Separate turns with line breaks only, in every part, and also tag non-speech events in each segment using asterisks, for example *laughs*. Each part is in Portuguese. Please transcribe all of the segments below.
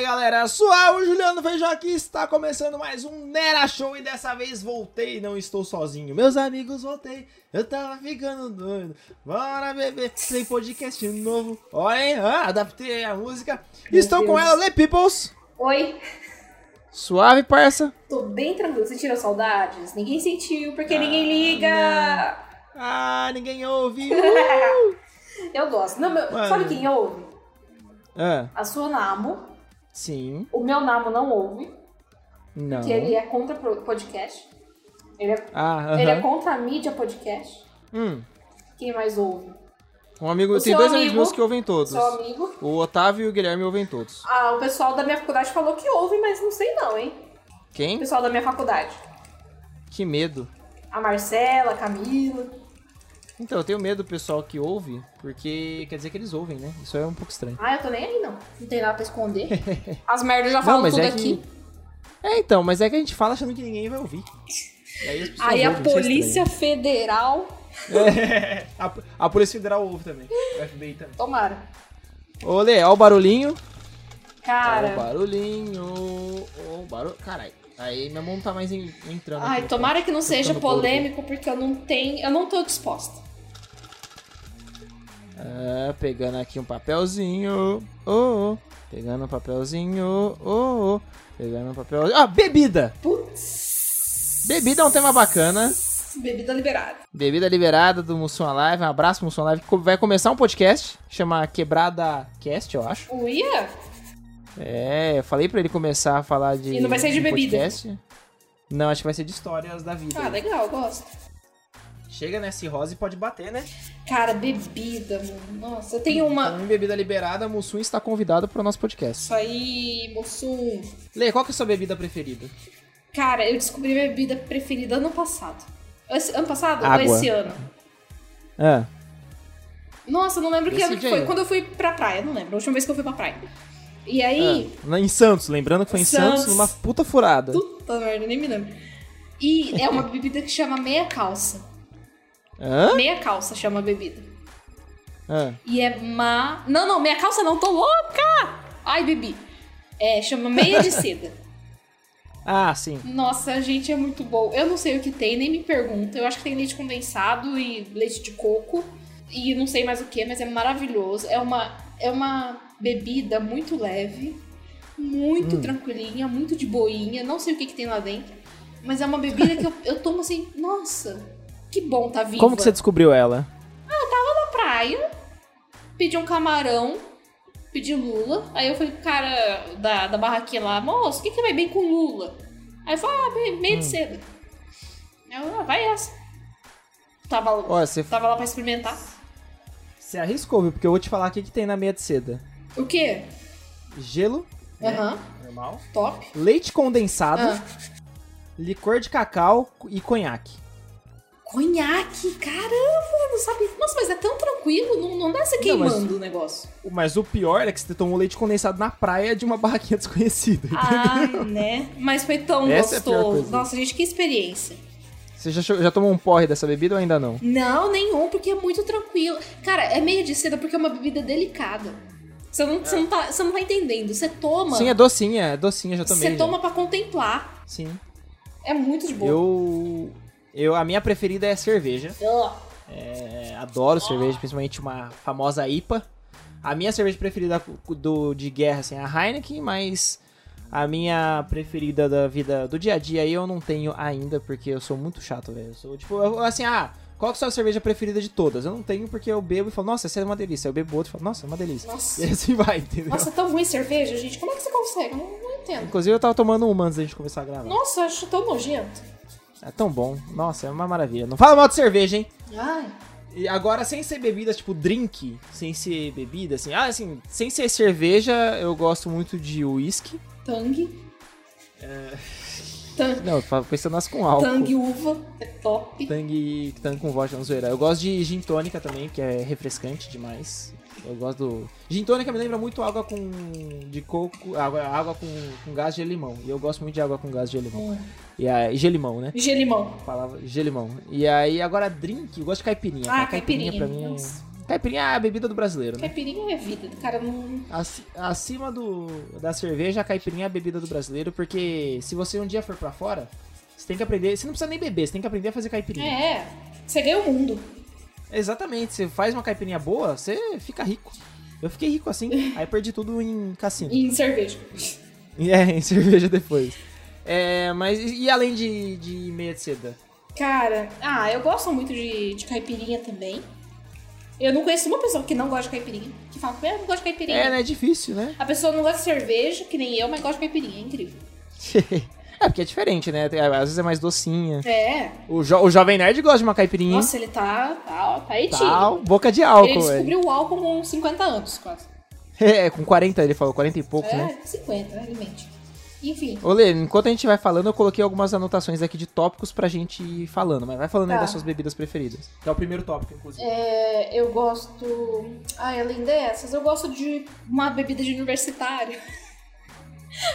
galera, suave, o Juliano Feijó aqui, está começando mais um Nera Show e dessa vez voltei, não estou sozinho. Meus amigos, voltei, eu tava ficando doido. Bora beber, tem podcast novo. Olha, hein? Ah, adaptei a música.
Meu
Estou com
Deus.
ela, Le Peoples.
Oi,
Suave, parça.
tô bem tranquilo. Você tirou saudades? Ninguém sentiu, porque ninguém
Ah,
liga.
Ah, ninguém ouve.
*laughs* Eu gosto. Não, meu,
Mano.
sabe quem ouve?
ah,
A sua Namo.
sim,
O meu Namo não ouve,
não.
porque ele é contra pro- podcast. Ele é,
Ah,
ele é
aham.
contra a mídia podcast.
Hum,
Quem mais ouve?
um amigo,
O
tem
seu
dois
amigo-
amigos meus que ouvem todos.
Seu amigo.
O Otávio e o Guilherme ouvem todos.
Ah, o pessoal da minha faculdade falou que ouve, mas não sei não, hein? O
Quem?
pessoal da minha faculdade.
Que medo.
A Marcela, a Camila.
Então, eu tenho medo do pessoal que ouve, porque quer dizer que eles ouvem, né? Isso é um pouco estranho.
Ah, eu tô nem aí, não. Não tem nada
*laughs*
pra esconder. As merdas já falam
mas
tudo
é
aqui.
que. É, então, mas é que a gente fala achando que ninguém vai ouvir. E Aí, as pessoas
Aí a
ouvem, isso é
Polícia Federal.
É, *laughs* a, a Polícia Federal ouve também. O FBI também.
Tomara.
estranho. Ô, Lê, ó o barulhinho. Ó o
Cara.
barulhinho. Ó o barulho. Caralho. Aí minha mão não tá mais en- entrando.
Ai,
aqui.
tomara que não seja
Tocando fogo.
polêmico, porque eu não tenho. Eu não tô disposta.
Ah, pegando aqui um papelzinho. Oh, oh. Pegando um papelzinho. Oh, oh. Pegando um papelzinho. Ah, bebida!
Putz.
Bebida é um tema bacana.
Bebida liberada.
Bebida liberada do Mussum Live. Um abraço, Mussum Live. Co- Vai começar um podcast. Chama Quebrada Cast, eu acho.
Uia?
É, eu falei pra ele começar a falar de.
E não vai ser de bebida.
podcast. Não, acho que vai ser de histórias da vida.
Ah, legal, gosto.
Chega nessa rosa e pode bater, né?
Cara, bebida, mano. Nossa, eu tenho
Então,
uma.
em bebida liberada, Mussum está convidado pro nosso podcast.
Isso aí, moço.
Lê, qual que é a sua bebida preferida?
Cara, eu descobri minha bebida preferida ano passado. Esse- ano passado?
Água.
Ou esse ano?
Ah,
Nossa, eu não lembro que
Desse
ano que
jeito.
foi. Quando eu fui pra praia, eu não lembro. A última vez que eu fui pra praia. E aí,
Ah. na- em Santos, lembrando que foi em Santos,
Santos.
numa puta furada.
Puta merda, nem me lembro. E é uma bebida que chama meia calça.
Hã?
Meia calça chama a bebida.
Ah,
E é ma. Não, não, meia calça não, tô louca! Ai, bebi. É, chama meia de seda. *laughs*
ah sim.
Nossa, gente, é muito bom. Eu não sei o que tem, nem me pergunta. Eu acho que tem leite condensado e leite de coco. E não sei mais o que, mas é maravilhoso. É uma, é uma bebida muito leve,
Hum.
muito tranquilinha, muito de boinha. Não sei o que, que tem lá dentro. Mas é uma bebida que eu, eu tomo assim, nossa, que bom tá viva.
Como que você descobriu ela?
Na praia, pedi um camarão, pedi lula. Aí eu falei pro cara da, da barraquinha lá, moço, o que, que vai bem com lula? Aí eu falei, ah, bem- meio
Hum.
de seda. Aí eu, ah, vai essa. Tava,
Ó, você
tava lá pra experimentar.
Você arriscou, viu? Porque eu vou te falar o que, que tem na meia de seda.
O quê?
Gelo,
Aham,
Né?
Normal.
top.
leite condensado,
Ah,
licor de cacau e conhaque.
conhaque, caramba, não sabe. Nossa, mas é tão tranquilo, não, não dá se
Não, mas-
queimando
*laughs*
o negócio.
Mas o pior é que você tomou leite condensado na praia de uma barraquinha *laughs* desconhecida.
Ai, né? Mas foi tão
Essa é a pior
gostoso.
coisa.
Nossa, gente, que experiência.
Você já, cho- já tomou um porre dessa bebida ou ainda não?
Não, nenhum, porque é muito tranquilo. Cara, é meia de seda porque é uma bebida delicada. Você não, você não, tá, você não tá entendendo. Você toma.
Sim, é docinha, é docinha, já tomei.
você
já.
toma pra contemplar.
Sim.
É muito de boa.
Eu, eu. A minha preferida é cerveja.
Ah,
É, adoro cerveja, principalmente uma famosa IPA. A minha cerveja preferida do, de guerra, assim, é a Heineken, mas a minha preferida da vida do dia a dia aí eu não tenho ainda, porque eu sou muito chato, velho. Eu sou tipo, eu- assim, ah, qual que é a sua cerveja preferida de todas? Eu não tenho porque eu bebo e falo, nossa, essa é uma delícia. Eu bebo outra e falo, nossa, é uma delícia.
Nossa.
*laughs* E assim vai, entendeu?
Nossa, é tão ruim cerveja, gente. Como é que você consegue? Eu não, não entendo.
Inclusive eu tava tomando uma antes da gente começar a gravar.
Nossa, eu acho tão nojento.
É tão bom. Nossa, é uma maravilha. Não fala mal de cerveja, hein?
Ai.
E agora, sem ser bebidas, tipo drink, sem ser bebida, assim, ah, assim, sem ser cerveja, eu gosto muito de uísque.
Tangue. Tangue,
Não, eu tava pensando nas com É. álcool.
tangue uva. É top.
Tang, tang com vodka, não zoeira. Eu gosto de gin tônica também, que é refrescante demais. Eu gosto do... Gin tônica me lembra muito água com... de coco, água, água com, com gás de limão. E eu gosto muito de água com gás de limão.
Hum.
E a... gelimão, né?
Gelimão.
Palavra gelimão. E aí, agora drink, eu gosto de caipirinha.
Ah,
A caipirinha,
caipirinha.
pra mim é-
Nossa.
Caipirinha é a bebida do brasileiro, né?
Caipirinha é vida, cara. Não...
Aci- acima do, da cerveja, a caipirinha é a bebida do brasileiro, porque se você um dia for pra fora, você tem que aprender. Você não precisa nem beber, você tem que aprender a fazer caipirinha.
É. Você ganha o mundo. É.
Exatamente, você faz uma caipirinha boa, você fica rico. Eu fiquei rico assim,
*laughs*
aí perdi tudo em cassino.
E em cerveja.
E *laughs* é, em cerveja depois. É, mas e e além de, de meia de seda?
Cara, ah, eu gosto muito de, de caipirinha também. Eu não conheço uma pessoa que não gosta de caipirinha. Que fala, eu não gosto de caipirinha.
É, né? É difícil, né? *laughs*
A pessoa não gosta de cerveja, que nem eu, mas gosta de caipirinha. É incrível.
é, porque é diferente, né? Tem- Às vezes é mais docinha.
É.
O, jo- o Jovem Nerd gosta de uma caipirinha.
Nossa, ele tá, tá, ó, tá etílico.
tal, boca de
ele
álcool, é. velho.
descobriu o álcool com 50 anos, quase.
*laughs* É, com 40 ele falou, 40 e pouco, né?
É, 50, realmente. Enfim.
Ô, Lê, enquanto a gente vai falando, eu coloquei algumas anotações aqui de tópicos pra gente ir falando, mas vai falando aí
Tá.
das suas bebidas preferidas. Que é o primeiro tópico, inclusive.
É, eu gosto. Ai, além dessas, eu gosto de uma bebida de universitário. *laughs*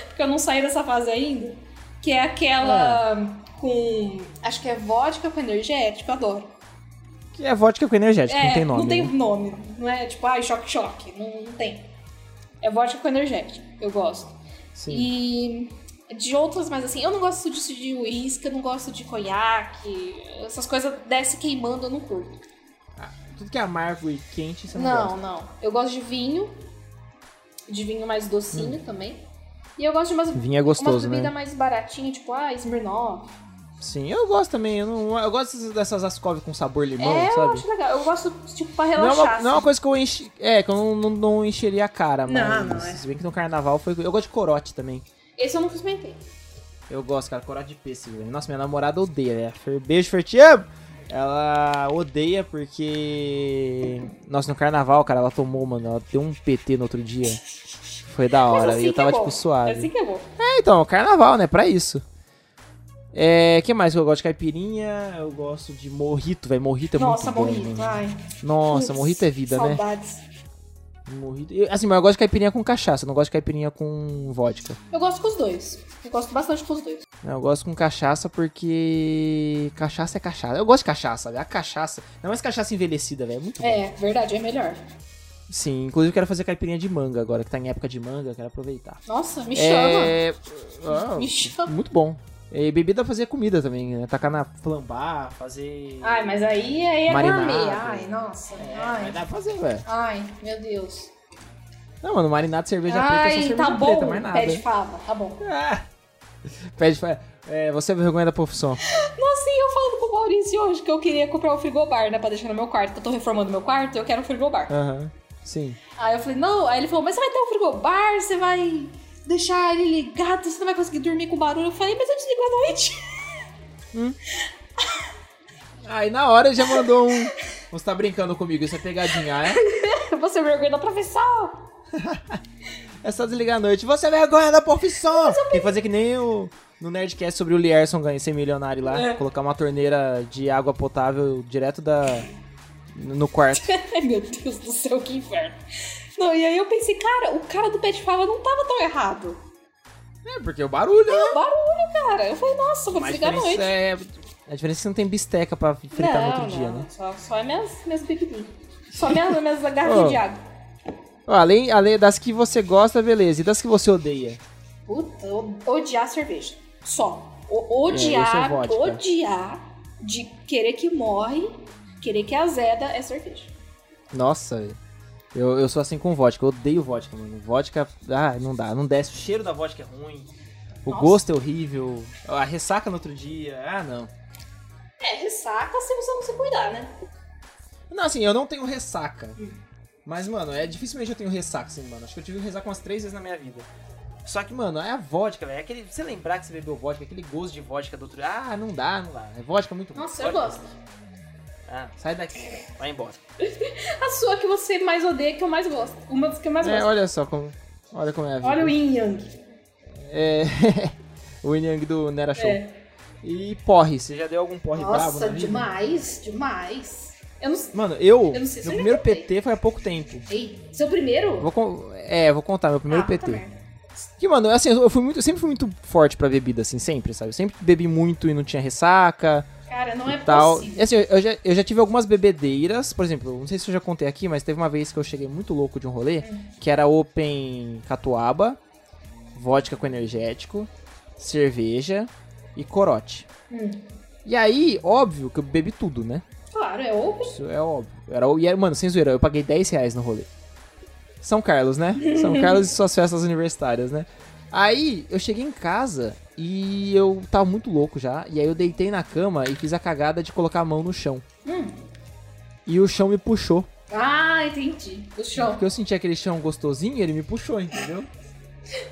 Porque eu não saí dessa fase ainda. Que é aquela
Ah.
com. Acho que é vodka com energético, eu adoro.
Que é vodka com energético, não tem nome.
Não tem
né?
nome. Não é tipo, ai, choque-choque. Não, não tem. É vodka com energético, eu gosto.
Sim.
E de outras, mas assim, eu não gosto disso de uísque, eu não gosto de conhaque. Essas coisas desce queimando, eu não curto.
Tudo que é amargo e quente, você não,
Não,
gosta.
não. Eu gosto de vinho. De vinho mais docinho também. E eu gosto de umas,
Hum. Vinho é
umas
gostoso,
bebidas
né?
mais baratinhas, tipo, ah, Smirnoff.
Sim, eu gosto também. Eu, não- eu gosto dessas- dessas Ascov com sabor limão,
é, eu
sabe?
acho legal. Eu gosto, tipo, pra
Não é, uma,
relaxar.
não é uma coisa que eu enchi, é, que eu não, não, não encheria a cara,
Não,
mas
não é.
se bem que no carnaval foi. Eu gosto de corote também.
assim. Esse eu nunca experimentei.
Eu gosto, cara, corote de pêssego. velho. Nossa, minha namorada odeia, né? Fer- Beijo, Fertiano! Ela odeia porque. Nossa, no carnaval, cara, ela tomou, mano. Ela deu um PT no outro dia. Foi da
Mas
hora.
assim
e eu tava,
que é bom.
tipo, suave.
Assim que é bom.
É, então, carnaval, né? Pra isso. É. que mais que eu gosto? De caipirinha, eu gosto de morrito, velho. Morrito é
Nossa,
muito bom.
morrito.
mano.
Ai.
Nossa,
putz,
morrito é vida, né?
saudades. né?
Morrito. eu- Assim, mas eu gosto de caipirinha com cachaça, eu não gosto de caipirinha com vodka.
Eu gosto com os dois. Eu gosto bastante com os dois.
Não, Eu gosto com cachaça porque. Cachaça é cachaça. Eu gosto de cachaça, sabe? A cachaça. Não é mais cachaça envelhecida, velho. É muito bom.
É, verdade, é melhor.
Sim, inclusive eu quero fazer caipirinha de manga agora, que tá em época de manga, eu quero aproveitar.
Nossa, me chama.
É, ah,
Me chama.
Muito bom. E bebida fazer comida também, né? Tacar na flambar, fazer.
Ai, mas aí, aí é
Marinado.
gourmet. Ai, nossa.
É, mas
ai.
dá pra fazer, velho.
Ai, meu Deus.
Não, mano, marinado, cerveja preta, é só
Ai,
cerveja
tá bom.
preta, mais nada.
Pé
*laughs*
de fava, tá bom.
Ah, pede fa- é, você é vergonha da profissão.
Nossa, e eu falando com o Maurício hoje que eu queria comprar um frigobar, né, pra deixar no meu quarto. que Eu tô reformando meu quarto, eu quero um frigobar.
Aham. Sim.
Aí eu falei, não. Aí ele falou, mas você vai ter um frigobar, você vai deixar ele ligado, você não vai conseguir dormir com barulho. Eu falei, mas eu desligo à noite. *laughs*
Aí na hora já mandou um. Você tá brincando comigo, isso é pegadinha, é?
Você é vergonha da profissão.
É só desligar a noite. Você é vergonha da profissão! Tem que fazer que nem o. No Nerdcast sobre o Lierson ganhar ser milionário lá.
É.
Colocar uma torneira de água potável direto da. No quarto.
*laughs* *laughs* Ai, meu Deus do céu, que inferno. Não, e aí eu pensei, cara, o cara do pé de fava não tava tão errado.
É, porque o barulho, né?
O barulho, cara. Eu falei, nossa, vou
Mas
desligar à
a
noite.
diferença é. A diferença é que você não tem bisteca pra fritar no outro dia, né?
Só, só minhas, minhas bebidinhas. Só minhas, minhas garrafinhas
Ô.
de água.
Ó, Além, além das que você gosta, beleza. E das que você odeia?
Puta, eu odiar cerveja. Só. O-
É,
odiar,
esse é vodka.
odiar de querer que morre, querer que azeda é cerveja.
Nossa, velho. eu, eu sou assim com vodka. Eu odeio vodka, mano. Vodka, ah, não dá, não desce. O cheiro da vodka é ruim. O
Nossa.
gosto é horrível. A ressaca no outro dia. Ah, não.
É, ressaca se você não se cuidar, né?
Não, assim, eu não tenho ressaca. Mas, mano, é dificilmente eu tenho ressaca, assim, mano. Acho que eu tive ressaca umas três vezes na minha vida. Só que, mano, é a vodka, velho. É Aquele, você lembrar que você bebeu vodka, aquele gosto de vodka do outro dia. Ah, não dá, não dá. É vodka muito ruim.
Nossa, eu
Vodka-
gosto.
Ah, sai daqui, velho. vai embora.
A sua que você mais odeia, que eu mais gosto. Uma das que eu mais
É,
gosto.
olha só como. Olha como é a vida.
Olha o Yin Yang.
É. *laughs* o Yin Yang do Nera Show.
É.
E porre, você já deu algum porre brabo?
Nossa,
na vida?
demais, demais. Eu não sei.
Mano, eu.
Eu não sei se
meu
eu já
primeiro
contei.
PT foi há pouco tempo.
Ei, seu primeiro?
Vou con- É, vou contar meu primeiro
Ah, puta
PT.
merda.
Que, mano, assim, eu fui muito, eu sempre fui muito forte pra bebida, assim, sempre, sabe? Eu sempre bebi muito e não tinha ressaca.
Cara, não é
tal. E
possível.
assim, eu já, eu já tive algumas bebedeiras, por exemplo, não sei se eu já contei aqui, mas teve uma vez que eu cheguei muito louco de um rolê, que era open catuaba, vodka com energético, cerveja e corote.
Hum.
E aí, óbvio que eu bebi tudo, né?
Claro, é open.
Isso é óbvio. Era, o- e era, mano, sem zoeira, eu paguei 10 reais no rolê. São Carlos, né? São Carlos e suas festas universitárias, né? Aí eu cheguei em casa e eu tava muito louco já. E aí eu deitei na cama e fiz a cagada de colocar a mão no chão. E o chão me puxou.
Ah, entendi. O chão.
Porque eu senti aquele chão gostosinho e ele me puxou, entendeu?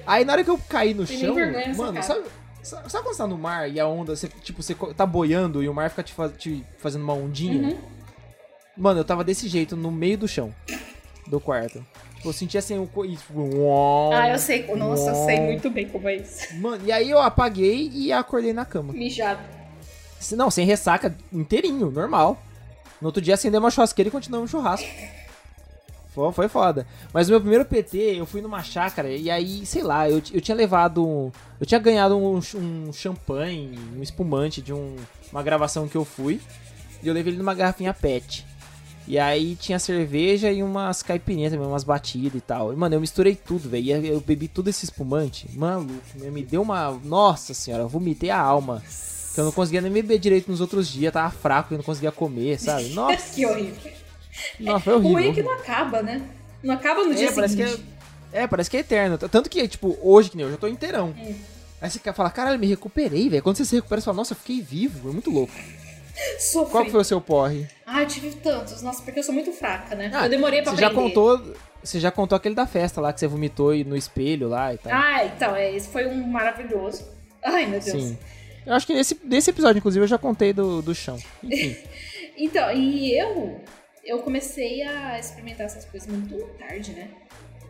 Aí na hora que eu caí no
Tem nem
chão.
vergonha nessa
Mano,
cara.
sabe, sabe sabe quando você tá no mar e a onda, você, tipo, você co- tá boiando e o mar fica te, faz- te fazendo uma ondinha?
Uhum.
Mano, eu tava desse jeito no meio do chão do quarto. Tipo, eu sentia assim o. co- E, tipo, uau.
Ah, eu sei. Nossa, eu sei
Uau.
muito bem como é isso.
Mano, e aí eu apaguei e acordei na cama.
Mijado.
Se- Não, sem ressaca, inteirinho, normal. No outro dia acendeu uma churrasqueira e continuamos o churrasco. Foi, foi foda. Mas o meu primeiro PT, eu fui numa chácara e aí, sei lá, eu, ti- eu tinha levado. um- Eu tinha ganhado um, ch- um champanhe, um espumante de um- uma gravação que eu fui. E eu levei ele numa garrafinha pet. E aí tinha cerveja e umas caipirinhas também, umas batidas e tal. E, mano, eu misturei tudo, velho. E aí Eu bebi todo esse espumante. Maluco, meu, me deu uma. Nossa senhora, eu vomitei a alma. Que eu não conseguia nem beber direito nos outros dias, tava fraco, eu não conseguia comer, sabe?
*laughs*
Nossa,
que horrível.
nossa foi
O
horrível.
Wake não acaba, né? Não acaba no dia
É, parece que
seguinte. *laughs*
é, é, parece que é eterno. T- Tanto que, tipo, hoje que nem eu já tô inteirão.
É.
Aí você fala, caralho, me recuperei, velho. Quando você se recupera, você fala, nossa, eu fiquei vivo, é muito louco.
Sofri.
Qual que foi o seu porre?
Ah, eu tive tantos. Nossa, porque eu sou muito fraca, né?
Ah,
eu demorei pra
Você já
aprender.
contou. Você já contou aquele da festa lá que você vomitou e- no espelho lá e tal.
Ah, então, é, esse foi um maravilhoso. Ai, meu Deus.
Sim. Eu acho que nesse, nesse episódio, inclusive, eu já contei do, do chão. Enfim.
*laughs* Então, e eu, eu comecei a experimentar essas coisas muito tarde, né?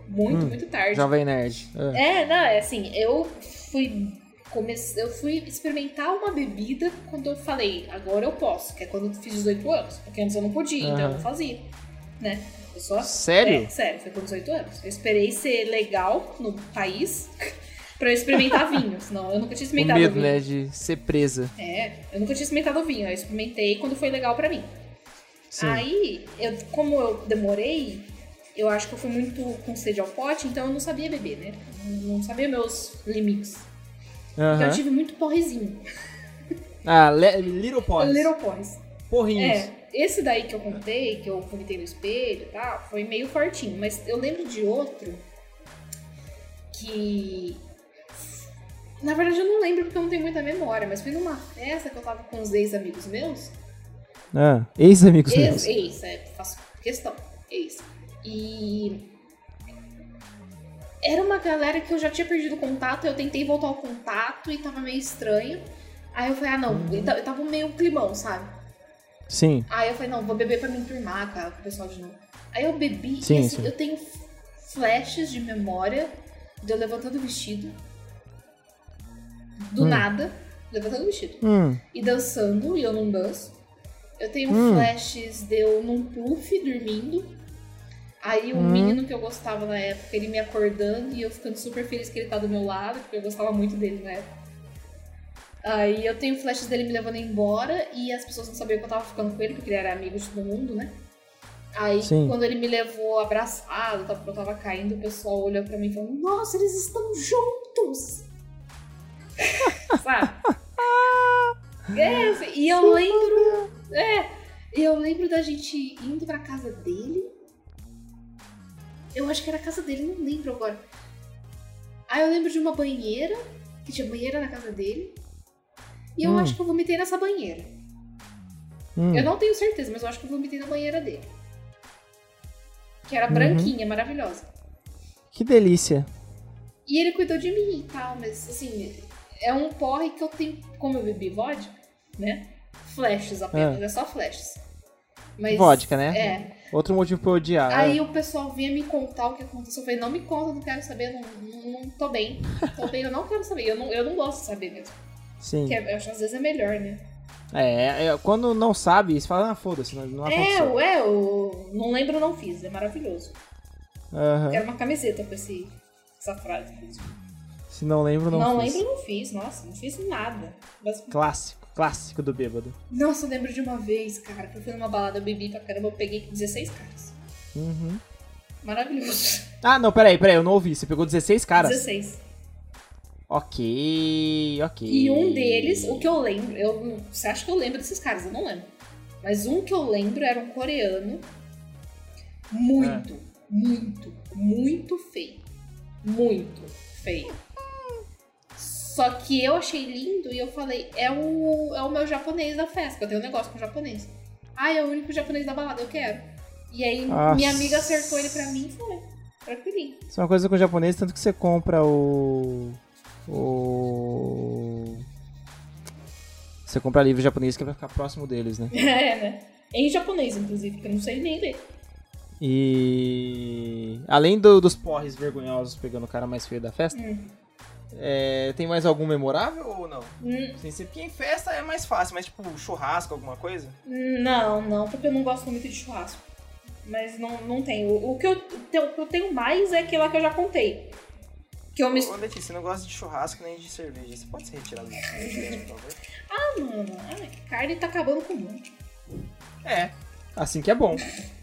Muito,
Hum,
muito tarde.
Jovem Nerd. É.
É, não, é assim, eu fui. Comece... Eu fui experimentar uma bebida quando eu falei, agora eu posso, que é quando eu fiz 18 anos. Porque antes eu não podia, então eu não
Aham.
fazia. Né? Eu só.
Sério?
É, sério, foi com 18 anos. Eu esperei ser legal no país *laughs* pra
*laughs*
eu experimentar vinho. Senão eu nunca tinha
O
experimentado
medo,
vinho.
né, de ser presa.
É, eu nunca tinha experimentado vinho, eu experimentei quando foi legal pra mim.
Sim.
Aí, eu, como eu demorei, eu acho que eu fui muito com sede ao pote, então eu não sabia beber, né? Não sabia meus limites. Então
Aham.
eu tive muito porrezinho.
Ah, le- Little Pods.
Little porres.
Porrinhos.
É, esse daí que eu contei, que eu vomitei no espelho e tal, foi meio fortinho. Mas eu lembro de outro que. Na verdade eu não lembro porque eu não tenho muita memória, mas foi numa festa que eu tava com os ex-amigos meus.
Ah, ex-amigos meus.
Ex, ex, é, faço questão, ex. E era uma galera que eu já tinha perdido o contato, eu tentei voltar ao contato e tava meio estranho. Aí eu falei, ah não,
Uhum.
eu ta- eu tava meio climão, sabe?
Sim.
Aí eu falei, não, vou beber pra me enturmar com a- com o pessoal de novo. Aí eu bebi
Sim,
e assim,
sim.
eu tenho flashes de memória de eu levantando o vestido. Do
Hum.
nada, levantando o vestido
Hum.
e dançando, e eu não danço. Eu tenho
Hum.
flashes de eu num puff dormindo. Aí um
Hum.
menino que eu gostava na época, ele me acordando e eu ficando super feliz que ele tá do meu lado, porque eu gostava muito dele na época. Aí eu tenho flashes dele me levando embora e as pessoas não sabiam que eu tava ficando com ele, porque ele era amigo de todo mundo, né? Aí
Sim.
quando ele me levou abraçado, tá, porque eu tava caindo, o pessoal olhou pra mim e falou, nossa, eles estão juntos! *laughs* Sabe? É, assim, e eu lembro. É, e eu lembro da gente indo pra casa dele. Eu acho que era a casa dele, não lembro agora. Aí eu lembro de uma banheira, que tinha banheira na casa dele. E eu
Hum.
acho que eu vomitei nessa banheira.
Hum.
Eu não tenho certeza, mas eu acho que eu vomitei na banheira dele. Que era
Uhum.
branquinha, maravilhosa.
Que delícia.
E ele cuidou de mim e tal, mas assim, é um porre que eu tenho. Como eu bebi vodka, né? Flashes apenas, é, só flashes. Mas,
Ah. Vodka, né?
É.
Outro motivo pra eu odiar.
Aí o pessoal vinha me contar o que aconteceu. Eu falei, não me conta, não quero saber, não, não, não tô bem. Tô bem, eu não quero saber. Eu não, eu não gosto de saber mesmo.
Sim.
Porque eu acho que às vezes é melhor, né?
É, é, quando não sabe, você fala, ah, foda-se, não, não
É,
aconteceu.
eu, é, eu não lembro, não fiz. É maravilhoso.
Aham.
Quero uma camiseta com esse, essa frase. inclusive.
Se não lembro, não,
Não,
fiz.
lembro, não fiz. Nossa, não fiz nada. Mas
Clássico. Clássico do bêbado.
Nossa, eu lembro de uma vez, cara, que eu fui numa balada, eu bebi pra caramba, eu peguei 16 caras.
Uhum.
Maravilhoso.
Ah, não, peraí, peraí, eu não ouvi. Você pegou 16 caras?
16.
Ok, ok.
E um deles, o que eu lembro, eu, não- você acha que eu lembro desses caras? Eu não lembro. Mas um que eu lembro era um coreano. Muito, muito, muito feio. Muito feio. Só que eu achei lindo e eu falei, é o, é o meu japonês da festa, que eu tenho um negócio com japonês. Ah, é o único japonês da balada, eu quero. E aí minha
Nossa.
amiga acertou ele pra mim e foi. Tranquilinho. *laughs*
Isso é uma coisa com o japonês, tanto que você compra o. O. Você compra livro japonês que é pra ficar próximo deles, né?
é, né? Em japonês, inclusive, porque eu não sei nem ler.
E. Além do- dos porres vergonhosos pegando o cara mais feio da festa, é, tem mais algum memorável ou não?
Hum,
Sem ser porque em festa é mais fácil, mas tipo churrasco, alguma coisa?
Não, não, porque eu não gosto muito de churrasco. Mas não, não tem. O, o que eu, te- o que eu tenho mais é aquela que eu já contei. Que eu misturo.
Letícia, você não gosta de churrasco nem de cerveja. Você pode se retirar do por favor?
Ah, mano, ah, que carne tá acabando com o mundo.
É. Assim que é bom.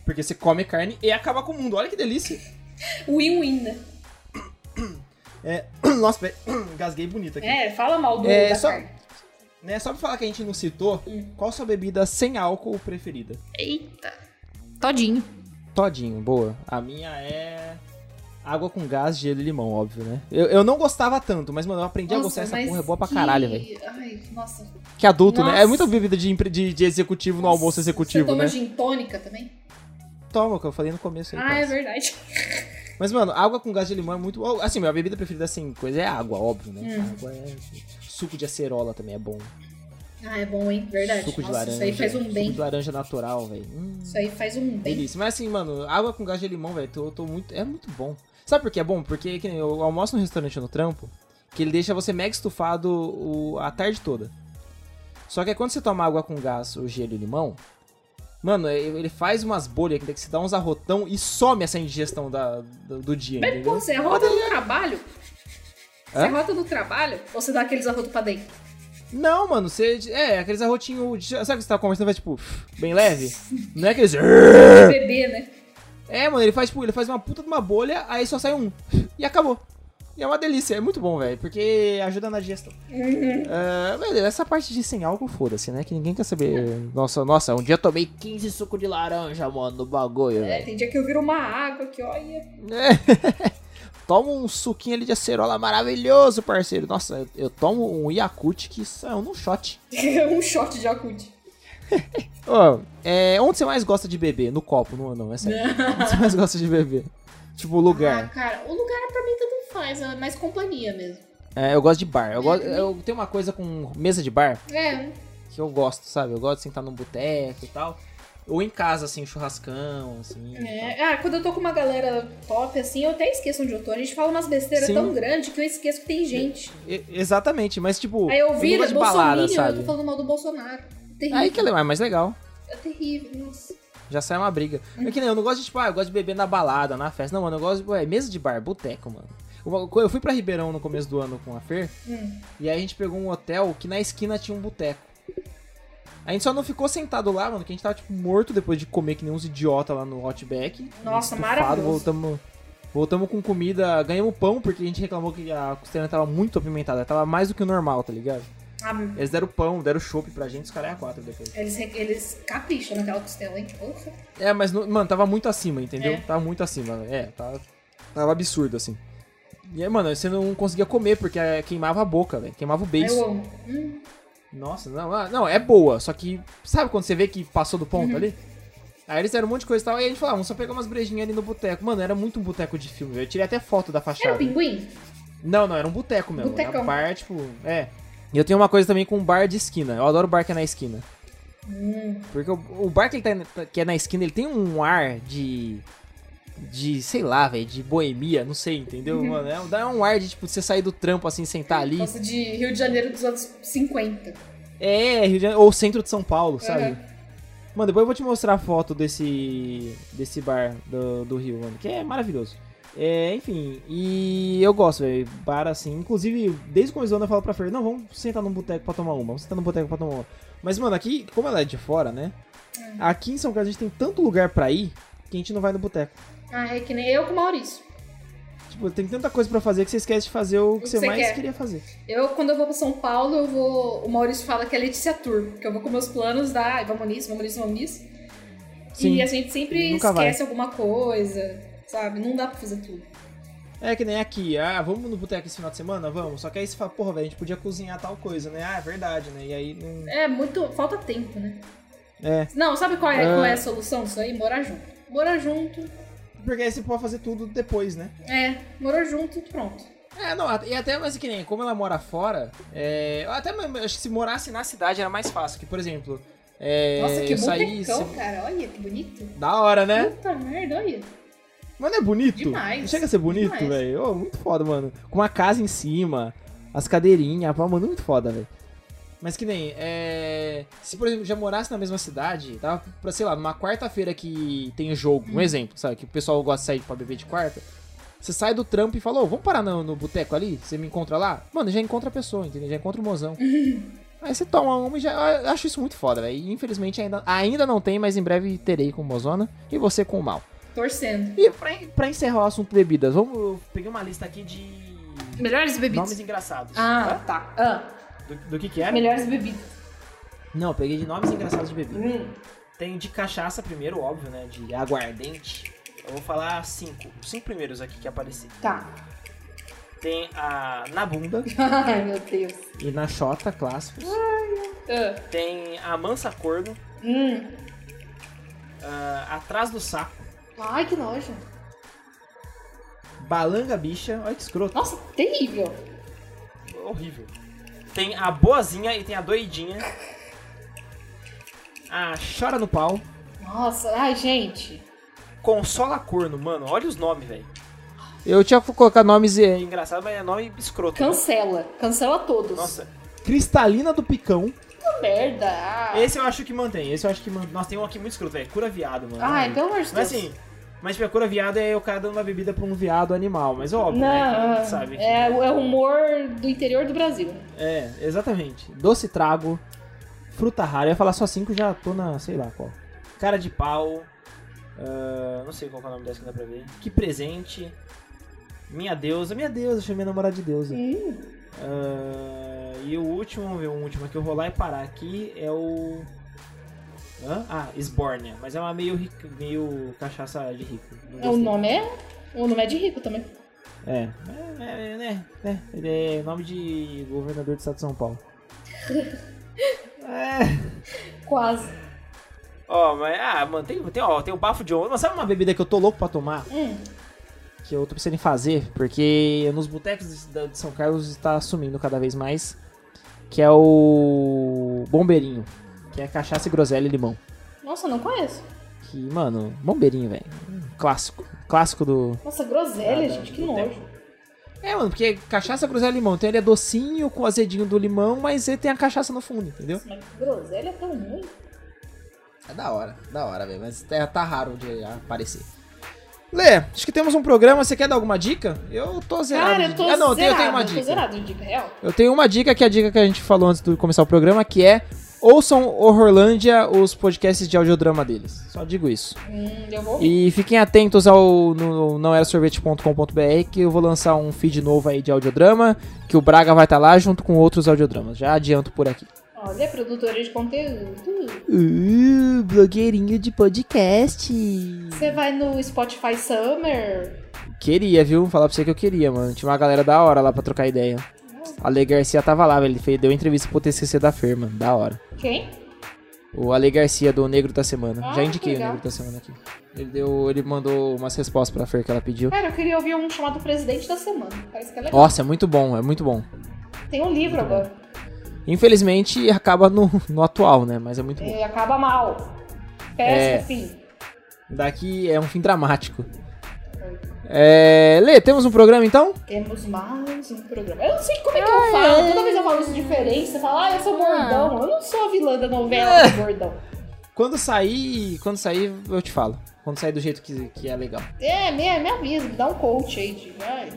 Porque você come carne e acaba com o mundo. Olha que delícia. *coughs*
Win-win, né?
Nossa, *coughs* peraí. Gasguei bonito aqui.
É, fala mal do
É,
da
só-
carne.
Né, só pra falar que a gente não citou,
Hum.
qual sua bebida sem álcool preferida?
Eita. Todinho.
Todinho, boa. A minha é. Água com gás, gelo e limão, óbvio, né? Eu, eu não gostava tanto, mas, mano, eu aprendi a
Nossa,
gostar. Essa
mas
porra é boa pra
que-
caralho, velho.
Ai, nossa.
Que adulto, né? É
Nossa.
muita bebida de, empre- de, de executivo no Um almoço
Você
executivo,
toma
né?
gin tônica também?
Toma, que eu falei no começo aí.
ah, é
quase.
verdade.
Mas, mano, água com gás de limão é muito. Assim, minha bebida preferida, assim, coisa é água, óbvio, né?
Hum.
Água é. Suco de acerola também é bom.
Ah, é bom, hein? Verdade.
Suco de
nossa,
laranja.
isso aí faz um
Suco
bem.
de laranja natural, velho. Hum.
Isso aí faz um bem.
Delícia. Mas assim, mano, água com gás de limão, velho, tô, tô muito. É muito bom. Sabe por que é bom? Porque que nem eu almoço no restaurante no trampo, que ele deixa você mega estufado o- a tarde toda. Só que é quando você toma água com gás, o gelo e limão, mano, é- ele faz umas bolhas que tem que se dar uns arrotão e some essa indigestão da, do, do dia,
Mas, assim? pô,
entendeu?
você é rota no trabalho? Você é
Hã?
rota no trabalho? Ou você dá aqueles arrotos pra dentro?
Não, mano, você. É, aqueles arrotinhos. de- Sabe que você tá conversando, vai tipo, bem leve? Não é aqueles. *laughs*
Bebê, né?
É, mano, ele faz, tipo, ele faz uma puta de uma bolha, aí só sai um. E acabou. E é uma delícia, é muito bom, velho, porque ajuda na digestão. Ah, beleza, essa parte de sem álcool, foda-se, né? Que ninguém quer saber. Nossa, nossa, um dia eu tomei 15 suco de laranja, mano, do bagulho,
É,
velho.
tem dia que eu viro uma água que olha.
É. Toma um suquinho ali de acerola maravilhoso, parceiro. Nossa, eu, eu tomo um Yakut que isso é um shot.
*laughs* um shot de acute.
Ô, é, onde você mais gosta de beber? No copo, não, não, é sério. onde você mais gosta de beber? Tipo, lugar.
Ah, cara, o lugar pra mim tanto faz, é mais companhia mesmo.
É, eu gosto de bar. Eu, gosto, eu tenho uma coisa com mesa de bar
É,
que eu gosto, sabe? Eu gosto de sentar num boteco e tal. Ou em casa, assim, churrascão, assim. e tal.
é. Ah, quando eu tô com uma galera top assim, eu até esqueço onde eu tô. A gente fala umas besteiras
Sim.
tão grandes que eu esqueço que tem gente.
E- exatamente, mas tipo.
Aí eu
não
viro,
gosto
é
de balada,
bolsominion, eu tô
sabe?
falando mal do Bolsonaro. É terrível.
Aí que é mais legal.
É terrível, nossa.
Já sai uma briga.
Uhum.
É que nem eu não gosto de, tipo, ah, eu gosto de beber na balada, na festa. Não, mano, eu gosto de. ué, mesa de bar, boteco, mano. Uma- Eu fui pra Ribeirão no começo do ano com a Fer.
Hum.
E aí a gente pegou um hotel que na esquina tinha um boteco. A gente só não ficou sentado lá, mano, que a gente tava, tipo, morto depois de comer que nem uns idiota lá no Outback.
Nossa,
Estufado,
maravilhoso.
Voltamos, voltamos com comida, ganhamos pão, porque a gente reclamou que a costeira tava muito apimentada. Tava mais do que o normal, tá ligado?
Ah,
Eles deram pão, deram chopp pra gente, os caras é a quatro depois.
eles, eles capricham naquela costela, hein? Porra.
É, mas, não- mano, tava muito acima, entendeu?
É.
Tava muito acima, né? é, tava, tava absurdo, assim. E aí, mano, você não conseguia comer, porque eh, queimava a boca, velho, queimava o beiço.
Eu amo. Hum.
Nossa, não, ah, não, é boa, só que sabe quando você vê que passou do
Uhum.
ponto ali? Aí eles deram um monte de coisa e tal, e a gente falou, ah, vamos só pegar umas brejinhas ali no boteco. Mano, era muito um boteco de filme, velho. eu tirei até foto da
Era o
fachada.
pinguim?
Não, não, era um boteco mesmo. Era
Botecão.
um bar, tipo, é. E eu tenho uma coisa também com um bar de esquina, eu adoro bar que é na esquina.
Hum.
Porque o, o bar que, ele tá, que é na esquina, ele tem um ar de... De, sei lá, velho, de boemia, não sei, entendeu,
Uhum.
mano? É, dá um ar de, tipo, você sair do trampo, assim, sentar ali.
Nossa, de Rio de Janeiro dos anos 50.
É, Rio de Janeiro, ou centro de São Paulo, sabe?
Uhum.
Mano, depois eu vou te mostrar a foto desse desse bar do, do Rio, mano, que é maravilhoso. É, enfim, e eu gosto, velho. Bar assim. Inclusive, desde o começo do ano eu falo pra Fer, não, vamos sentar num boteco pra tomar uma, vamos sentar num boteco pra tomar uma. Mas, mano, aqui, como ela é de fora, né? Aqui em São Carlos a gente tem tanto lugar pra ir que a gente não vai no boteco.
Ah, é que nem eu com o Maurício.
Tipo, tem tanta coisa pra fazer que você esquece de fazer o que você,
você
mais
quer.
queria fazer.
Eu, quando eu vou pra São Paulo, eu vou. O Maurício fala que é Letícia Tour, que eu vou com meus planos da. "Ai, Vamos nisso, vamos nisso, vamos nisso.
Sim.
E a gente sempre
Nunca vai.
esquece alguma coisa, sabe? Não dá pra fazer tudo.
É que nem aqui, ah, vamos no boteco esse final de semana? Vamos. Só que aí você fala, porra, velho, a gente podia cozinhar tal coisa, né? Ah, é verdade, né? E aí não.
É muito. Falta tempo, né?
É.
Não, sabe qual é,
Ah.
qual é a solução disso aí? Morar junto. Morar junto.
Porque aí você pode fazer tudo depois, né?
É, morar junto, pronto.
É, não, at- e até mais que nem, como ela mora fora, é, eu até mesmo, acho que se morasse na cidade era mais fácil, que por exemplo, é,
Nossa, que
eu saí,
botecão,
se-
cara. Olha, que bonito.
da hora, né?
Puta merda, olha.
Mano, é bonito.
Demais.
Chega a ser bonito,
Demais.
velho. Ô, muito foda, mano. Com uma casa em cima, as cadeirinhas, pá, mano, muito foda, velho. Mas que nem, é, se por exemplo já morasse na mesma cidade, dava pra, sei lá, numa quarta-feira que tem jogo,
Hum.
um exemplo, sabe, que o pessoal gosta de sair pra beber de quarta, você sai do trampo e fala, ô, vamos parar no, no boteco ali? Você me encontra lá? Mano, já encontra a pessoa, entendeu? Já encontra o
*laughs*
mozão. Aí você toma uma e já. Eu acho isso muito foda, velho. E, Infelizmente ainda, ainda não tem, mas em breve terei com o mozona e você com o mal.
Torcendo.
E pra, pra encerrar o assunto bebidas, vamos. Eu peguei uma lista aqui de.
Melhores bebidas.
Nomes engraçados.
Ah, tá. Ah,
Tá? Do, do que que era?
melhores bebidas.
Não, eu peguei de nomes engraçados de bebida.
Hum.
Tem de cachaça primeiro, óbvio, né? De aguardente. Eu vou falar cinco. Os Cinco primeiros aqui que apareceram.
Tá.
Tem a na bunda
*laughs* Ai, meu Deus.
e na xota, clássicos.
Ah.
Tem a mansa corno,
Hum.
ah, atrás do saco,
Ai, que nojo.
balanga bicha. Olha que escroto.
Nossa, terrível.
Horrível. Tem a boazinha e tem a doidinha. A chora no pau.
Nossa, ai, gente.
Consola Corno, mano, olha os nomes, velho. Eu tinha que colocar nomes é, engraçado, mas é nome escroto. né?
Cancela. Cancela todos.
Nossa. Cristalina do Picão.
Que merda. Ah.
Esse eu acho que mantém, esse eu acho que mantém. Nossa, tem um aqui muito escroto, velho. Cura viado, mano.
Ai, pelo amor de Deus.
Mas assim, mas tipo, a cura viado é o cara dando uma bebida pra um viado animal, mas óbvio, né?
Não,
que Sabe? que-
é, é o humor do interior do Brasil.
É, exatamente. Doce trago, fruta rara. Eu ia falar só cinco, já tô na, sei lá qual. Cara de pau. ah, não sei qual que é o nome dessa que dá pra ver. Que presente. Minha deusa, minha deusa, eu chamei a namorada de deusa.
Hum,
Ah, e o último, vamos ver, o último que eu vou lá e parar aqui é o. Hã? Ah, Esbórnia. Mas é uma meio, rica- meio cachaça de rico. Não
o
gostei.
nome é. O nome é de rico também.
É, é, é, né, né, ele é nome de governador do estado de São Paulo. é.
Quase.
Ó, mas, ah, mano, tem, tem, ó, tem o bafo de ouro. Mas sabe uma bebida que eu tô louco pra tomar?
Hum.
Que eu tô pensando em fazer, porque nos botecos de, de São Carlos está sumindo cada vez mais. Que é o bombeirinho. Que é cachaça, groselha e limão.
Nossa, eu não conheço.
Que, mano, bombeirinho, velho. Um Clássico. Clássico do.
Nossa, groselha,
Ah,
gente, que
não, não
nojo.
É, mano, porque cachaça, groselha e limão. Então ele é docinho com o azedinho do limão, mas ele tem a cachaça no fundo, entendeu?
Mas groselha é tão ruim.
É da hora, da hora, velho. Mas tá, tá raro de aparecer. Lê, acho que temos um programa. Você quer dar alguma dica?
Eu tô zerado.
Cara,
de-
eu tô
ah, não, eu tenho-
zerado,
eu tenho uma
eu tô
dica.
zerado de dica real.
Eu tenho uma dica, que é a dica que a gente falou antes de começar o programa, que é ouçam Horrorlândia, os podcasts de audiodrama deles. Só digo isso.
Hum, eu vou.
E fiquem atentos ao no, nãoerasorvete.com.br que eu vou lançar um feed novo aí de audiodrama, que o Braga vai estar lá junto com outros audiodramas. Já adianto por aqui.
Olha, produtora de conteúdo.
Uh, blogueirinho de podcast.
Você vai no Spotify Summer.
Queria, viu? Falar pra você que eu queria, mano. Tinha uma galera da hora lá pra trocar ideia. Ale Garcia tava lá, velho. Ele fez- deu entrevista pro TCC da Fer, mano. Da hora.
Quem?
O Ale Garcia do Negro da Semana.
Ah,
Já indiquei
que
o
legal.
Negro da Semana aqui. Ele deu, ele mandou umas respostas pra Fer que ela pediu.
Cara, eu queria ouvir um chamado Presidente da Semana. Parece que é legal.
Nossa, é muito bom, é muito bom.
Tem um livro agora.
Infelizmente acaba no, *laughs* no atual, né? Mas é muito bom.
E acaba mal. Péssimo fim.
Daqui é um fim dramático. É, Lê, temos um programa então?
Temos mais um programa. Eu não sei como é que eu falo. Toda vez eu falo isso diferente. Você fala, ah, eu sou *laughs* bordão. Eu não sou a vilã da novela do bordão.
Quando sair, quando sair eu te falo. Quando sair do jeito que, que é legal.
É, me, me avisa, me dá um coach aí. De, ai.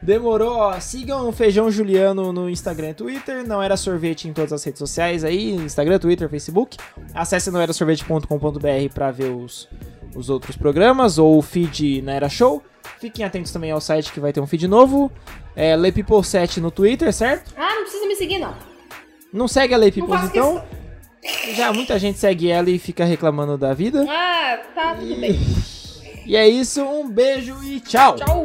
Demorou, ó. Sigam o Feijão Juliano no Instagram e Twitter. Não era sorvete em todas as redes sociais aí: Instagram, Twitter, Facebook. Acesse noerasorvete.com.br pra ver os, os outros programas ou o feed na Era Show. Fiquem atentos também ao site que vai ter um feed novo. É LeiPeople7 no Twitter, certo?
Ah, não precisa me seguir, não.
Não segue a
Não
LeiPeople
faço
então. Já muita gente segue ela e fica reclamando da vida.
Ah, tá, tudo bem.
E é isso, um beijo e tchau!
Tchau.